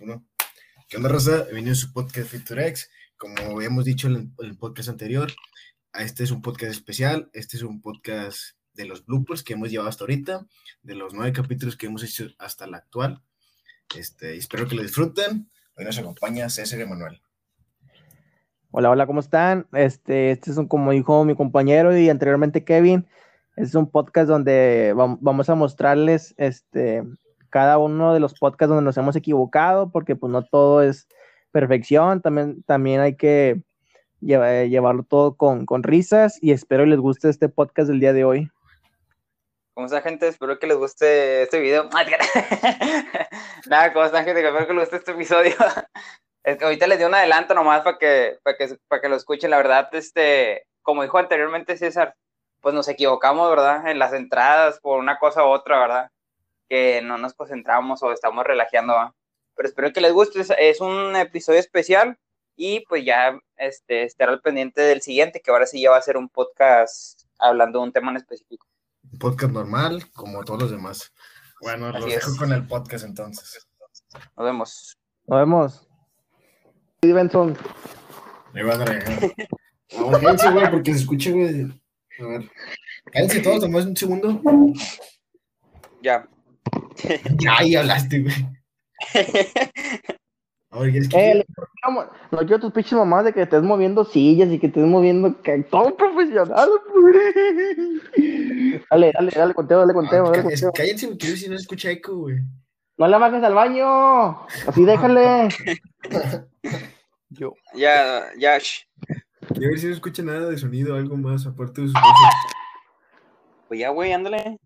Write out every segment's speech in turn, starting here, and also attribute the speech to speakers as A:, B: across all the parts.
A: Uno. ¿Qué onda, Rosa? Bienvenido a su podcast FutureX. Como habíamos dicho en el, en el podcast anterior, este es un podcast especial. Este es un podcast de los bloopers que hemos llevado hasta ahorita, de los nueve capítulos que hemos hecho hasta la actual. Este, espero que lo disfruten. Hoy nos acompaña César Emanuel.
B: Hola, hola, ¿cómo están? Este, este es un, como dijo mi compañero y anteriormente Kevin, este es un podcast donde vamos a mostrarles este, cada uno de los podcasts donde nos hemos equivocado, porque pues no todo es perfección, también, también hay que llevar, llevarlo todo con, con, risas y espero les guste este podcast del día de hoy.
C: ¿Cómo está gente? Espero que les guste este video. Nada, ¿cómo están gente? Espero que les guste este episodio. Ahorita les di un adelanto nomás para que, para que, para que lo escuchen. La verdad, este, como dijo anteriormente César, pues nos equivocamos, ¿verdad? En las entradas por una cosa u otra, ¿verdad? que no nos concentramos o estamos relajando. ¿va? Pero espero que les guste. Es, un episodio especial y pues ya este, estar al pendiente del siguiente, que ahora sí ya va a ser un podcast hablando de un tema en específico.
A: Un podcast normal, como todos los demás. Bueno, Así los es. dejo con el podcast entonces.
C: Nos vemos.
B: Nos vemos. Sí, Benson.
A: Me va a Ah, Cállense, güey, porque se escucha, güey. A ver. Cállense todos, tomás un segundo.
C: Ya.
A: ya ahí hablaste, güey.
B: Oye, es que... Eh, no, no quiero tus pinches mamás de que estés moviendo sillas y que estés moviendo que todo profesional. Güey. dale, dale, dale conteo, dale conteo. Ah, dale,
A: conteo. Cállense, me quiero si no escucha eco, güey.
B: No la bajes al baño. Así déjale.
C: Yo. Ya, ya.
A: Quiero ver si no escucha nada de sonido, algo más, aparte de sus
C: Pues ya, güey, ándale.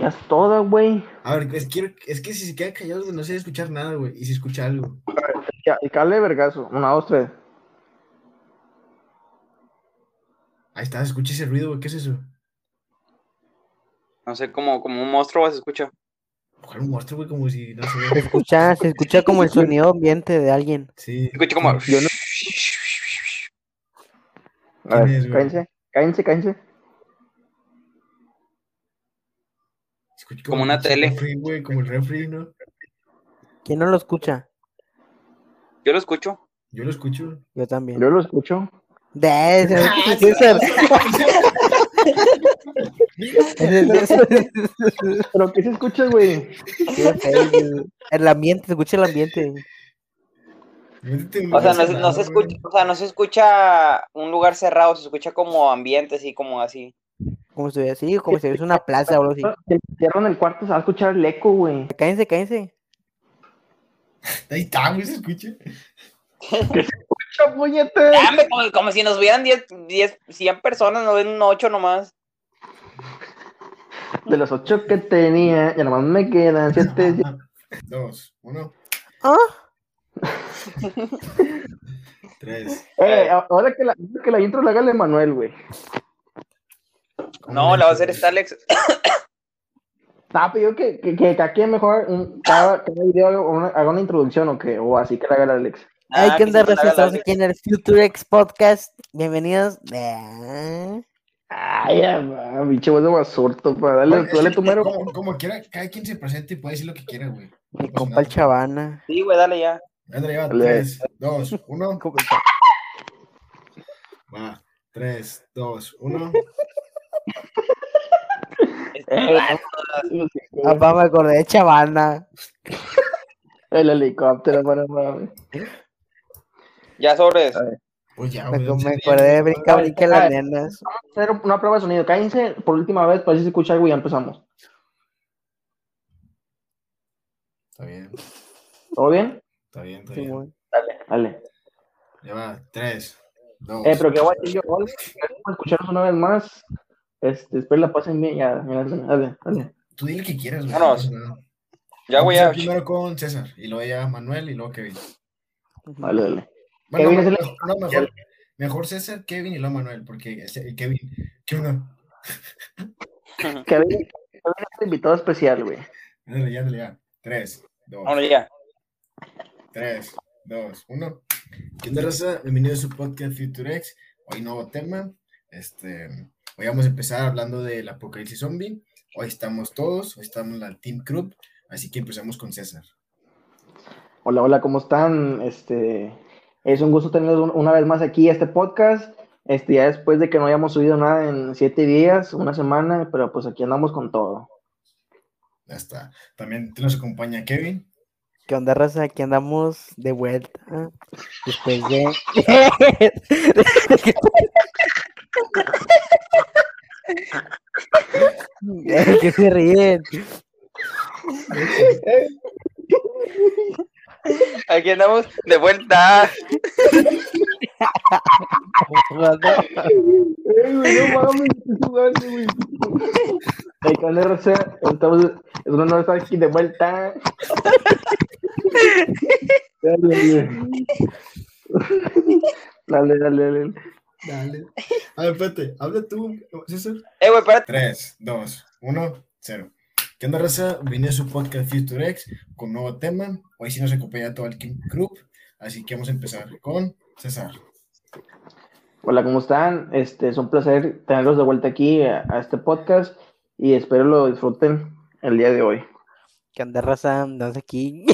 B: Ya es todo, güey.
A: A ver, es, quiero, es que si se queda callado no sé escuchar nada, güey. Y si escucha algo.
B: El cable vergazo. Una, dos, tres.
A: Ahí está, escucha ese ruido, güey. ¿Qué es eso?
C: No sé, como, como un monstruo se escucha.
A: Ojalá un monstruo, güey, como si no sé.
D: Se escucha, se escucha como el sonido ambiente de alguien.
A: Sí. Se
C: escucha como. Yo no...
B: A ver, cállense, cállense, cállense.
A: Como,
C: como, una tele.
A: Refri, wey, como el refri, ¿no?
D: ¿Quién no lo escucha?
C: Yo lo escucho.
A: Yo lo escucho.
D: Yo también.
B: Yo lo escucho.
D: De ese, César.
B: ¿Pero qué se escucha, güey?
D: El ambiente, se escucha el ambiente.
C: O sea, no, no se escucha, o sea, no se escucha un lugar cerrado, se escucha como ambiente, así como así.
D: Como si así, como si hubiese una plaza o algo así.
B: Cierran Ah, el cuarto, se va a escuchar el eco, güey.
D: Cállense, cállense.
A: Ahí está, güey, se escucha.
B: ¿Qué se escucha, puñete?
C: Dame, como, como, si nos vieran 10, 10, 100 personas, nos ven 8 nomás.
B: De los 8 que tenía, ya nomás me quedan 7.
A: Dos, uno.
D: ¿Ah?
A: Tres.
B: Eh, ahora que la, que la intro la haga el Manuel, güey.
C: No, la va a hacer Stalex.
B: Ah, pero yo que, que, que aquí mejor un, cada, cada, video haga una, haga una introducción o que, o así que la haga la Alex.
D: Hay ah, que andar resultados aquí en el Futurex Podcast. Bienvenidos.
B: Ay, ya, bicho, vos de basurto, para darle, bueno, dale tu mero.
A: Como, como, quiera, cada quien se presente y puede decir lo que quiera, güey.
D: Mi compa el chavana.
C: Sí, güey, dale ya.
A: André, va, tres, dos, uno. Va, tres, dos, uno.
C: Eh.
B: Eh,
C: Este,
B: Ah,
D: Papá, me acordé de chavana.
B: El helicóptero, bueno, mami.
C: Ya sobres.
A: Pues ya,
D: me, me acordé de brinca, brinca las nenas.
B: Vamos a hacer una prueba de sonido. Cállense por última vez para si se escucha algo y ya empezamos.
A: Está bien.
B: ¿Todo bien?
A: Está bien, está bien. Sí, bueno.
B: Dale, dale.
A: Ya va, tres. Dos,
B: eh, pero que voy a decir yo, hola, escucharnos una vez más. Este, después la pasen bien, ya, ya, dale, dale.
A: Tú dile que quieras, güey.
C: Vámonos. Ya voy a.
A: Primero con César, y luego ya Manuel, y luego Kevin.
B: Vale, dale.
A: Bueno, Kevin, no, el... no, mejor, mejor, César, Kevin y luego Manuel, porque Kevin, ¿qué uno?
B: Kevin, Kevin es el este invitado especial, güey.
A: Dale, ya, dale, ya. Tres, dos.
C: Vámonos ya.
A: Tres, dos, uno. ¿Qué onda, raza? Bienvenido a su podcast Futurex. Hoy nuevo tema. Este, hoy vamos a empezar hablando del apocalipsis zombie. Hoy estamos todos, hoy estamos la Team Group, así que empezamos con César.
B: Hola, hola, ¿cómo están? Este, es un gusto tenerlos un- una vez más aquí a este podcast. Este, ya después de que no hayamos subido nada en siete días, una semana, pero pues aquí andamos con todo.
A: Ya está. También nos acompaña Kevin.
D: ¿Qué onda, raza? Aquí andamos de vuelta. Después de. Eh, que se ríen.
C: Aquí andamos de vuelta.
B: Hey, ¿qué onda, Rosa? Estamos, es un honor estar aquí de vuelta. Dale, dale, dale.
A: Dale. A ver, espérate, habla tú, César.
C: Eh, güey, espérate.
A: 3, 2, 1, 0. ¿Qué onda, raza? Vine a su podcast Future X con nuevo tema. Hoy sí nos acompaña todo el King Group. Así que vamos a empezar con César.
B: Hola, ¿cómo están? Este, es un placer tenerlos de vuelta aquí a, a este podcast y espero lo disfruten el día de hoy.
D: ¿Qué onda, raza? Andamos aquí.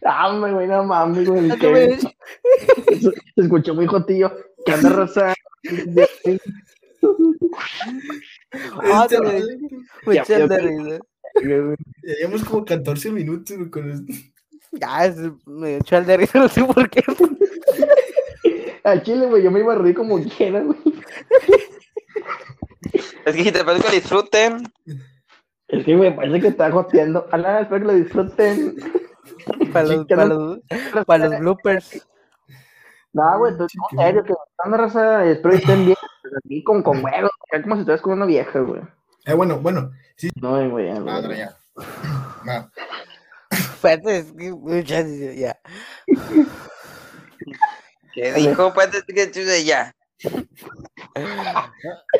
B: Dame, güey, no mames, güey.
D: No te
B: que-
D: ves.
B: Se se escuchó muy jotillo. ¿Qué onda, Rosa?
D: Ah,
A: Este,
D: te lo dije.
B: Ya,
D: Muchas
B: ya,
D: de
B: ya.
D: risa.
A: Llevamos como 14 minutos güey, con esto.
D: Ya, es- me echó al de risa, no sé por qué.
B: Al chile, güey, yo me iba a reír como quiera, güey.
C: Es que si te parece que disfruten.
B: Es que, güey, parece que está joteando. Alá, espero que lo disfruten.
D: Para los,
B: ¿qué
D: pa'
B: no?
D: los, pa' los bloopers.
B: No, güey, tú en serio, que ¿Qué onda, Rosa? Espero que estén bien. Aquí con, con huevos, acá como si estuvieras con una vieja, güey.
A: Eh, bueno, bueno.
B: No, güey, ya,
A: Madre,
B: güey.
A: ya. Va.
D: Espérate, es que muchas de- ya.
C: ¿Qué dijo? Espérate, que tú de ya.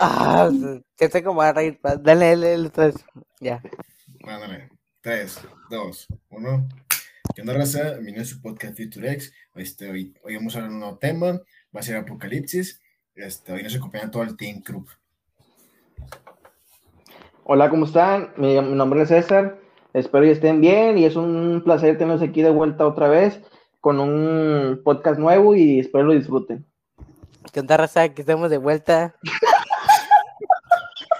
D: Ah, que te como a reír. pa- Dale, dale, dale, otra vez. Ya.
A: Mándale. 3, 2, 1. ¿Qué onda, raza? Vine a su podcast Future X. Este, hoy, hoy vamos a hablar de un nuevo tema. Va a ser Apocalipsis. Este, hoy nos acompaña todo el Team Group.
B: Hola, ¿cómo están? Mi, mi nombre es César. Espero que estén bien y es un placer tenerlos aquí de vuelta otra vez con un podcast nuevo y espero lo disfruten.
D: ¿Qué onda, raza? Que estamos de vuelta.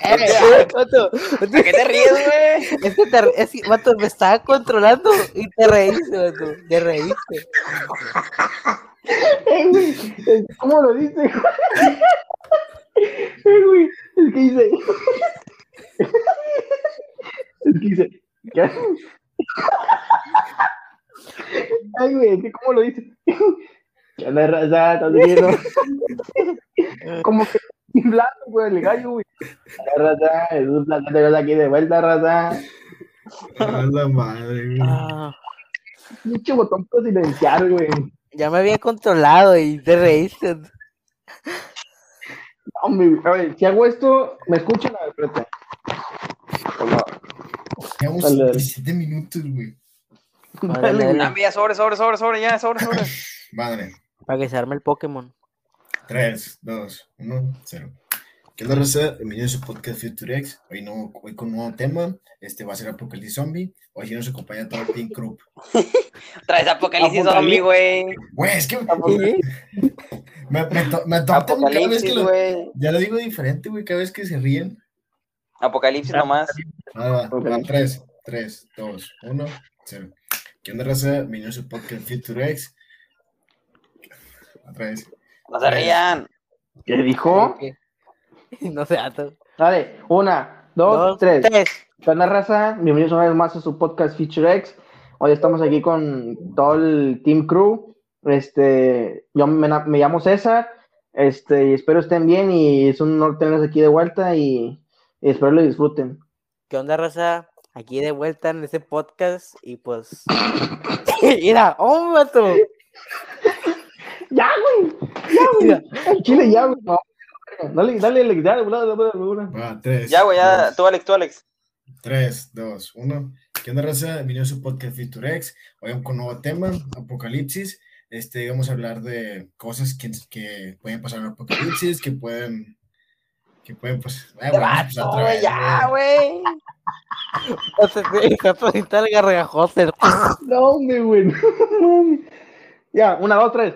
D: Eh, eh, vato,
C: ah, ¿A qué te ríes, güey?
D: Es que, te, es que, vato, me estaba controlando y te reíste, vato. Te reíste.
B: ¡Ey, güey! ¿Cómo lo dice, güey? ¡Ey, güey! Es que dice... Es que dice... ¿Qué? ¡Ay, güey! Es que ¿cómo lo dice? Ya me raza, estás viendo. Como que inflando, güey, el gallo, güey. Ya, raza, es un placer tenerlos aquí de vuelta, raza.
A: A la madre, güey.
D: Ah,
B: Mucho botón para silenciar, güey.
D: ya me había controlado y te reíste.
B: Hombre, güey. a ver, si hago esto, ¿me escuchan? A ver, espérate. Hola.
A: Llevamos
B: Dale, dale.
A: 17 minutos, güey.
D: Dale, dale.
C: Ah, ya, sobre, sobre, sobre, sobre, ya, sobre, sobre.
A: Madre.
D: Para que se arme el Pokémon.
A: 3, 2, 1, 0. ¿Qué onda, raza? Bienvenidos a su podcast Future X. Hoy, no, hoy con un nuevo tema. Este va a ser Apocalipsis Zombie. Hoy sí nos acompaña todo el Team Group.
C: Traes
B: Apocalipsis.
C: Apocalipsis Zombie, güey.
A: Güey, es que me,
B: ¿Sí?
A: me, to- me tonta cada vez que
C: Apocalipsis,
A: lo,
C: güey.
A: Ya lo digo diferente, güey, cada vez que se ríen.
C: Apocalipsis nomás.
A: Ah,
B: Ok.
A: va, 3, 3, 2, 1, 0. ¿Qué onda, raza? Vino su podcast Future X. Otra vez.
C: No se rían.
B: ¿Qué dijo?
D: No sé, vato.
B: Dale, una, dos, tres. ¿Qué onda, raza? Bienvenidos una vez más a su podcast Feature X. Hoy estamos aquí con todo el Team Crew. Este, yo me, na- me llamo César. Este, y espero estén bien y es un honor tenerlos aquí de vuelta y, y espero lo disfruten.
D: ¿Qué onda, raza? Aquí de vuelta en este podcast y pues. Mira, oh, vato.
B: ¡Ya, güey! ¡Ya, güey! Al Chile, ya, güey. No, dale, dale, Alex, dale, dale, dale, dale, dale.
A: Va, 3.
C: Ya, güey, ya. Tú, Alex, tú, Alex.
A: 3, 2, 1. ¿Qué onda, raza? Vino su podcast Futurex. Hoy con un nuevo tema, Apocalipsis. Este, vamos a hablar de cosas que, que pueden pasar en Apocalipsis, que pueden. Que pueden, pues. eh, bueno, vamos a empezar otra vez,
C: ya,
A: güey.
C: güey.
D: O sea, sí, está solita el gargajote.
B: No, hombre, güey. no, hombre. ya, una, dos, tres.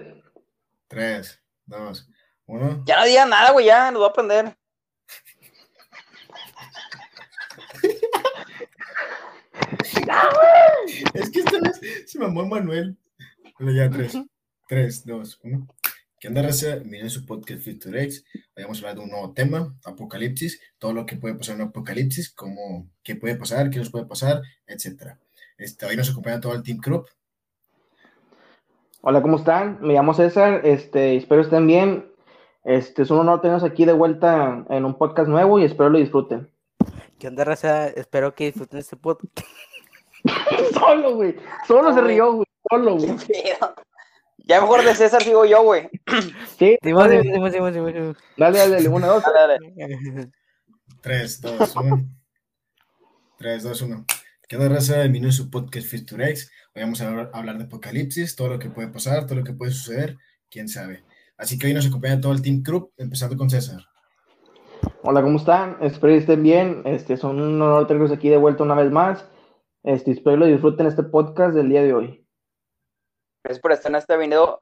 A: Tres, dos, uno.
C: Ya no digan nada, güey, ya, nos va a aprender.
A: Es que esta vez se mamó Manuel. Bueno, ya, tres. Tres, dos, uno. ¿Qué onda, raza? Miren su podcast Futurex. Hoy vamos a hablar de un nuevo tema, apocalipsis. Todo lo que puede pasar en un apocalipsis, como qué puede pasar, qué nos puede pasar, etcétera. Este, hoy nos acompaña todo el Team Crop.
B: Hola, ¿cómo están? Me llamo César, este, espero estén bien. Este, es un honor tenernos aquí de vuelta en un podcast nuevo y espero lo disfruten.
D: ¿Qué onda, raza? Espero que disfruten este podcast.
B: Solo, güey. Solo se rió, güey. Solo, güey.
C: Ya mejor de César sigo yo, güey.
B: Sí,
D: Simón,
B: dale,
D: Simón, Simón, Simón, Simón.
B: dale, dale, una, dos.
C: Dale, dale.
A: Tres, dos, uno. Tres, dos, uno. ¿Qué onda, raza? Bienvenido a su podcast Futurex. Hoy vamos a hablar- hablar de apocalipsis, todo lo que puede pasar, todo lo que puede suceder, quién sabe. Así que hoy nos acompaña todo el Team Crop, empezando con César.
B: Hola, ¿cómo están? Espero que estén bien. Este, es un honor tenerlos aquí de vuelta una vez más. Este, espero lo disfruten este podcast del día de hoy.
C: Gracias por estar en este video.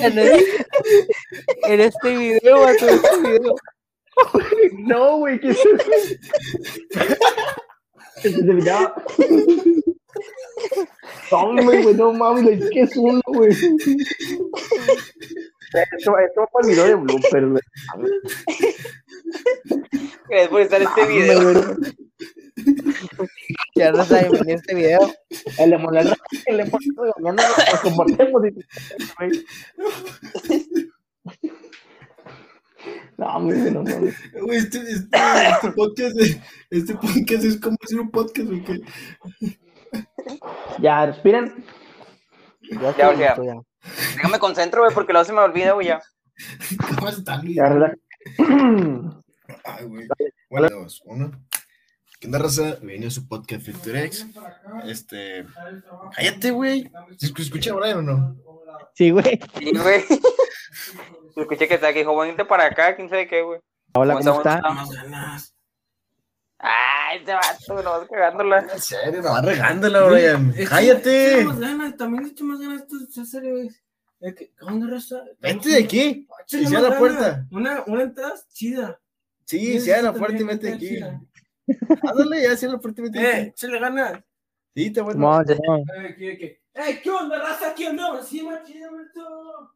D: En, el- en este video, vato, en este video.
B: No, güey, que se... que se miraba. Hombre, güey, no mames, ¿qué es uno, güey? Esto, esto va para el video de blooper, güey.
C: Gracias por estar en este video.
D: Ya no saben, en este video.
B: El emolar, el emolar, mañana nos compartimos. y- güey. No, güey, no mames.
A: Güey, este, este- este podcast, es- este podcast es como hacer un podcast, güey. que-
B: Ya, respiren.
D: Ya,
C: Ya,
D: estoy
C: ya.
D: listo, ya.
C: Déjame me concentro, güey, porque luego se me olvida, güey, ya.
A: ¿Cómo están, güey?
B: Ya, relaja.
A: Ay, güey. Bueno, dos, uno. ¿Qué onda, raza? Bienvenido a su podcast Futurex. Este. Cállate, güey. ¿Se escu- escucha Brian o no?
D: Sí, güey.
C: Sí, güey. Escuché que está aquí, dijo, venite para acá, quién sabe qué, güey.
D: Hola, ¿cómo
C: estamos?
D: están?
C: Ay, te vas, tú, no vas cagándola.
A: En serio, no va regándola,
E: Güey,
A: Brian.
E: es que le
A: Cállate.
E: echo más ganas, también le echo más ganas esto, en serio, güey. Es que, ¿dónde resta?
A: Vete de aquí. Y cierra la puerta.
E: Una, una entrada chida.
A: Sí,
E: Una
A: cierra la
E: también,
A: puerta y
E: una
A: vete
E: entrada
A: aquí.
E: chida.
A: Ándale, ya cierra la puerta y vete
E: Eh,
A: aquí.
E: échale ganas.
A: Sí, te voy a.
B: Simón, Simón.
E: Eh, ¿qué, qué? Eh, ¿qué onda, raza? ¿Qué onda? Sí, más chido, Beto.